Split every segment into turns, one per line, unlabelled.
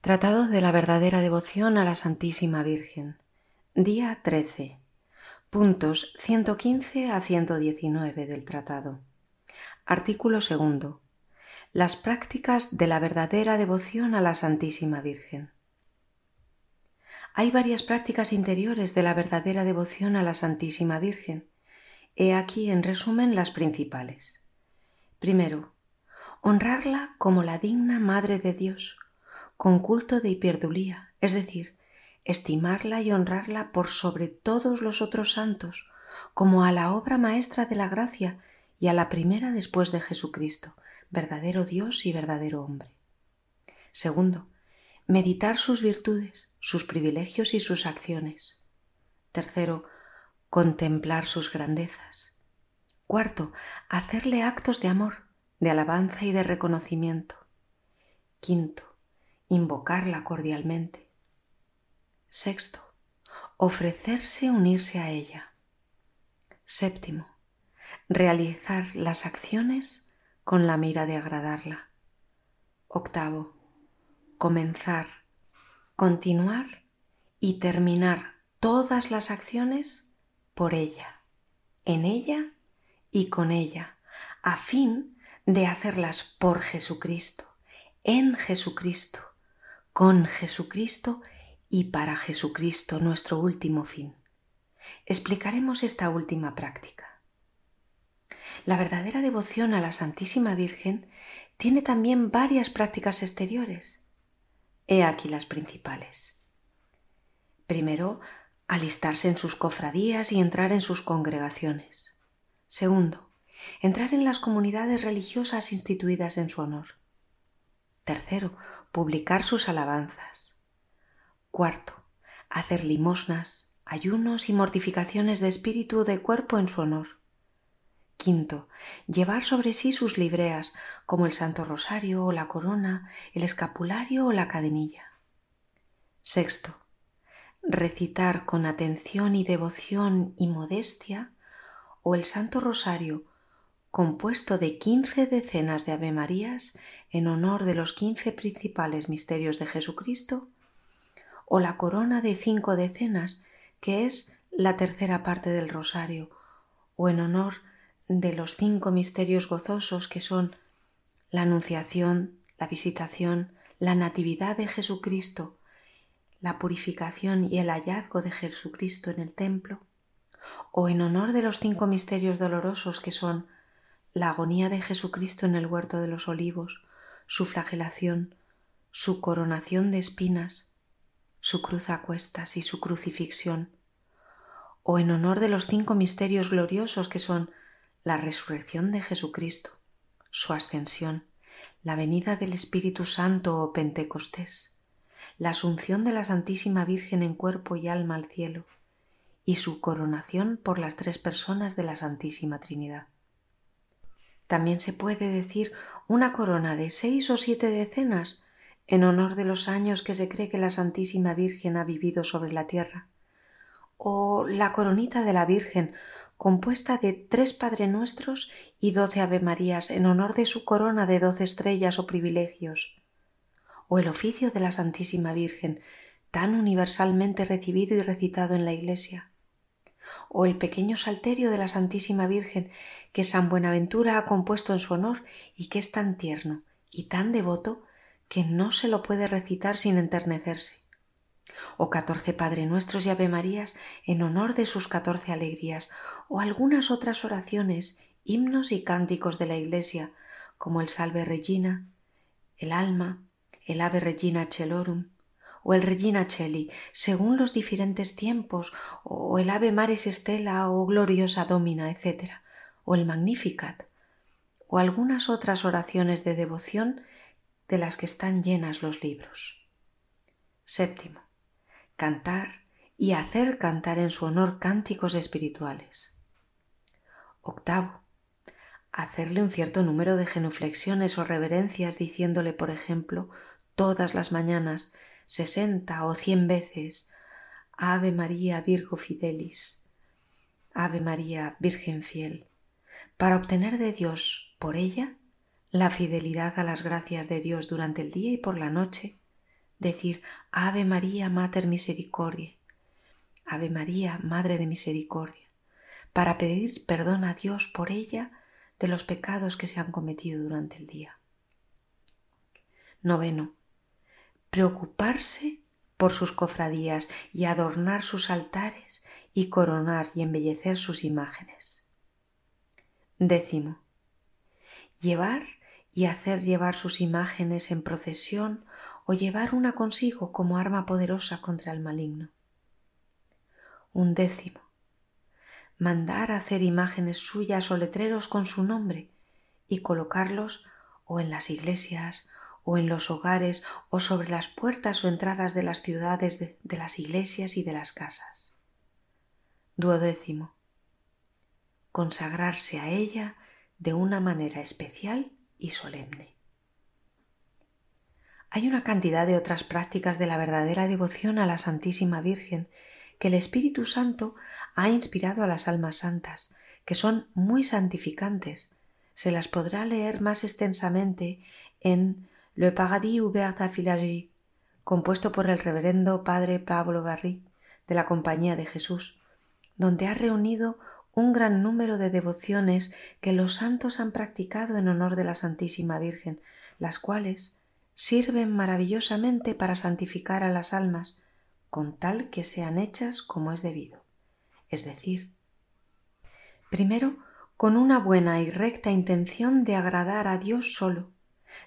Tratados de la verdadera devoción a la Santísima Virgen. Día 13. Puntos 115 a 119 del tratado. Artículo 2. Las prácticas de la verdadera devoción a la Santísima Virgen. Hay varias prácticas interiores de la verdadera devoción a la Santísima Virgen. He aquí en resumen las principales. Primero, honrarla como la digna Madre de Dios, con culto de hiperdulía, es decir, estimarla y honrarla por sobre todos los otros santos, como a la obra maestra de la gracia y a la primera después de Jesucristo, verdadero Dios y verdadero hombre. Segundo, meditar sus virtudes, sus privilegios y sus acciones. Tercero, contemplar sus grandezas. Cuarto, hacerle actos de amor, de alabanza y de reconocimiento. Quinto, invocarla cordialmente. Sexto, ofrecerse unirse a ella. Séptimo, realizar las acciones con la mira de agradarla. Octavo, comenzar, continuar y terminar todas las acciones por ella, en ella y con ella, a fin de hacerlas por Jesucristo, en Jesucristo, con Jesucristo y para Jesucristo nuestro último fin. Explicaremos esta última práctica. La verdadera devoción a la Santísima Virgen tiene también varias prácticas exteriores. He aquí las principales. Primero, alistarse en sus cofradías y entrar en sus congregaciones. Segundo, entrar en las comunidades religiosas instituidas en su honor. Tercero, publicar sus alabanzas. Cuarto, hacer limosnas, ayunos y mortificaciones de espíritu de cuerpo en su honor. Quinto, llevar sobre sí sus libreas, como el Santo Rosario o la corona, el escapulario o la cadenilla. Sexto, recitar con atención y devoción y modestia o el Santo Rosario compuesto de quince decenas de Ave Marías en honor de los quince principales misterios de Jesucristo, o la corona de cinco decenas, que es la tercera parte del rosario, o en honor de los cinco misterios gozosos que son la Anunciación, la Visitación, la Natividad de Jesucristo, la purificación y el hallazgo de Jesucristo en el templo, o en honor de los cinco misterios dolorosos que son la agonía de Jesucristo en el huerto de los olivos, su flagelación, su coronación de espinas, su cruz a cuestas y su crucifixión, o en honor de los cinco misterios gloriosos que son la resurrección de Jesucristo, su ascensión, la venida del Espíritu Santo o Pentecostés, la asunción de la Santísima Virgen en cuerpo y alma al cielo, y su coronación por las tres personas de la Santísima Trinidad. También se puede decir una corona de seis o siete decenas en honor de los años que se cree que la Santísima Virgen ha vivido sobre la tierra, o la coronita de la Virgen, compuesta de tres Padre Nuestros y doce Ave Marías en honor de su corona de doce estrellas o privilegios, o el oficio de la Santísima Virgen, tan universalmente recibido y recitado en la Iglesia o el pequeño salterio de la Santísima Virgen que San Buenaventura ha compuesto en su honor y que es tan tierno y tan devoto que no se lo puede recitar sin enternecerse. O catorce Padre Nuestros y Ave Marías en honor de sus catorce alegrías, o algunas otras oraciones, himnos y cánticos de la Iglesia, como el Salve Regina, el Alma, el Ave Regina Celorum, o el Regina Cheli, según los diferentes tiempos, o el Ave Maris Estela o Gloriosa Domina, etc., o el Magnificat, o algunas otras oraciones de devoción de las que están llenas los libros. Séptimo. Cantar y hacer cantar en su honor cánticos espirituales. Octavo. Hacerle un cierto número de genuflexiones o reverencias diciéndole, por ejemplo, todas las mañanas sesenta o cien veces Ave María Virgo Fidelis, Ave María Virgen Fiel, para obtener de Dios por ella la fidelidad a las gracias de Dios durante el día y por la noche, decir Ave María, Mater Misericordiae, Ave María, Madre de Misericordia, para pedir perdón a Dios por ella de los pecados que se han cometido durante el día. Noveno. Preocuparse por sus cofradías y adornar sus altares y coronar y embellecer sus imágenes. Décimo. Llevar y hacer llevar sus imágenes en procesión o llevar una consigo como arma poderosa contra el maligno. Un décimo. Mandar a hacer imágenes suyas o letreros con su nombre y colocarlos o en las iglesias o en los hogares o sobre las puertas o entradas de las ciudades, de, de las iglesias y de las casas. Duodécimo. Consagrarse a ella de una manera especial y solemne. Hay una cantidad de otras prácticas de la verdadera devoción a la Santísima Virgen que el Espíritu Santo ha inspirado a las almas santas, que son muy santificantes. Se las podrá leer más extensamente en Le Paradis ouvert à Filagie, compuesto por el reverendo padre Pablo Barry de la Compañía de Jesús, donde ha reunido un gran número de devociones que los santos han practicado en honor de la Santísima Virgen, las cuales sirven maravillosamente para santificar a las almas, con tal que sean hechas como es debido. Es decir, primero, con una buena y recta intención de agradar a Dios solo,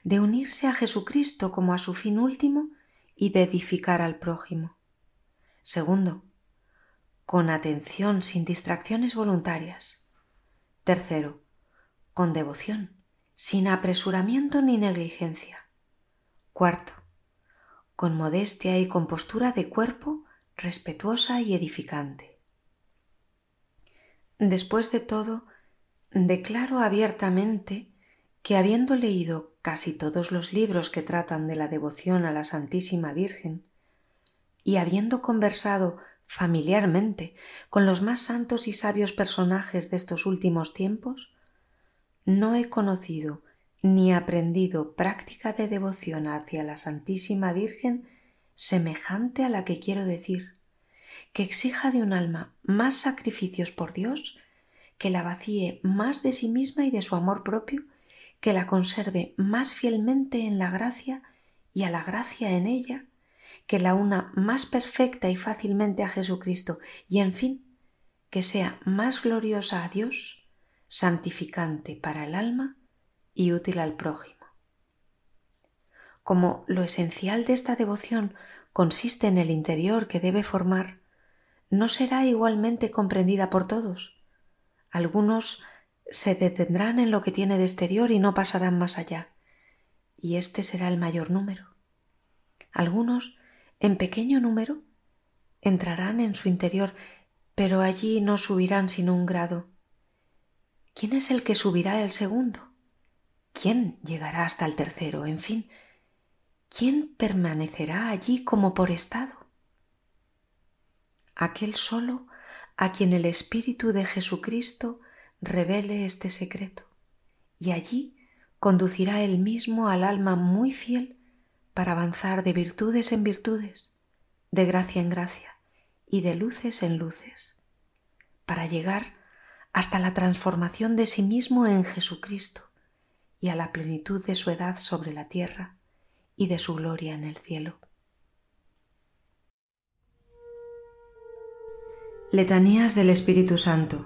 de unirse a Jesucristo como a su fin último y de edificar al prójimo. Segundo, con atención sin distracciones voluntarias. Tercero, con devoción, sin apresuramiento ni negligencia. Cuarto, con modestia y compostura de cuerpo respetuosa y edificante. Después de todo, declaro abiertamente que habiendo leído casi todos los libros que tratan de la devoción a la Santísima Virgen, y habiendo conversado familiarmente con los más santos y sabios personajes de estos últimos tiempos, no he conocido ni aprendido práctica de devoción hacia la Santísima Virgen semejante a la que quiero decir, que exija de un alma más sacrificios por Dios, que la vacíe más de sí misma y de su amor propio, que la conserve más fielmente en la gracia y a la gracia en ella, que la una más perfecta y fácilmente a Jesucristo y, en fin, que sea más gloriosa a Dios, santificante para el alma y útil al prójimo. Como lo esencial de esta devoción consiste en el interior que debe formar, no será igualmente comprendida por todos. Algunos se detendrán en lo que tiene de exterior y no pasarán más allá, y este será el mayor número. Algunos en pequeño número, entrarán en su interior, pero allí no subirán sino un grado. ¿Quién es el que subirá el segundo? ¿Quién llegará hasta el tercero? En fin, ¿quién permanecerá allí como por estado? Aquel solo a quien el Espíritu de Jesucristo revele este secreto, y allí conducirá él mismo al alma muy fiel para avanzar de virtudes en virtudes, de gracia en gracia y de luces en luces, para llegar hasta la transformación de sí mismo en Jesucristo y a la plenitud de su edad sobre la tierra y de su gloria en el cielo. Letanías del Espíritu Santo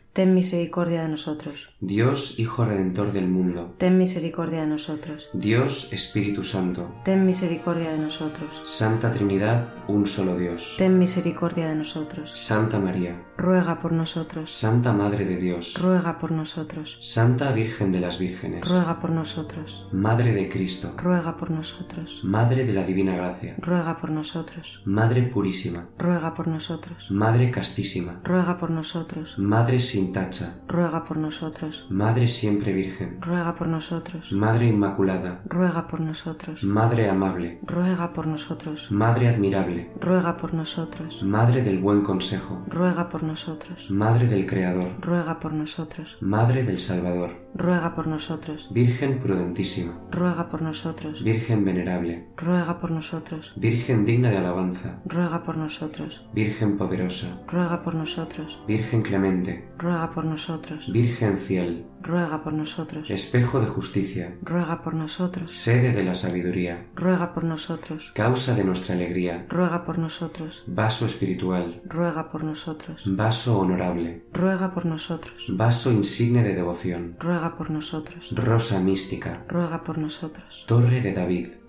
Ten misericordia de nosotros.
Dios Hijo Redentor del mundo,
Ten misericordia de nosotros.
Dios Espíritu Santo,
Ten misericordia de nosotros.
Santa Trinidad, un solo Dios.
Ten misericordia de nosotros.
Santa María,
Ruega por nosotros.
Santa Madre de Dios,
Ruega por nosotros.
Santa Virgen de las Vírgenes,
Ruega por nosotros.
Madre de Cristo,
Ruega por nosotros.
Madre de la Divina Gracia,
Ruega por nosotros.
Madre Purísima,
Ruega por nosotros.
Madre Castísima,
Ruega por nosotros.
Madre sin tacha,
Ruega por nosotros.
Madre siempre Virgen,
Ruega por nosotros.
Madre Inmaculada,
Ruega por nosotros.
Madre amable,
Ruega por nosotros.
Madre admirable,
Ruega por nosotros.
Madre del buen consejo,
Ruega por nosotros.
Madre del Creador,
Ruega por nosotros.
Madre del Salvador,
Ruega por nosotros.
Virgen prudentísima,
Ruega por nosotros.
Virgen venerable,
Ruega por nosotros.
Virgen digna de alabanza,
Ruega por nosotros.
Virgen poderosa,
Ruega por nosotros.
Virgen clemente,
Ruega por nosotros.
Virgen fiel,
Ruega por nosotros.
espejo de justicia,
Ruega por nosotros.
sede de la sabiduría,
Ruega por nosotros.
causa de nuestra alegría,
Ruega por nosotros.
vaso espiritual,
Ruega por nosotros.
vaso honorable,
Ruega por nosotros.
vaso insigne de devoción,
Ruega por nosotros.
rosa mística,
Ruega por nosotros.
torre de David,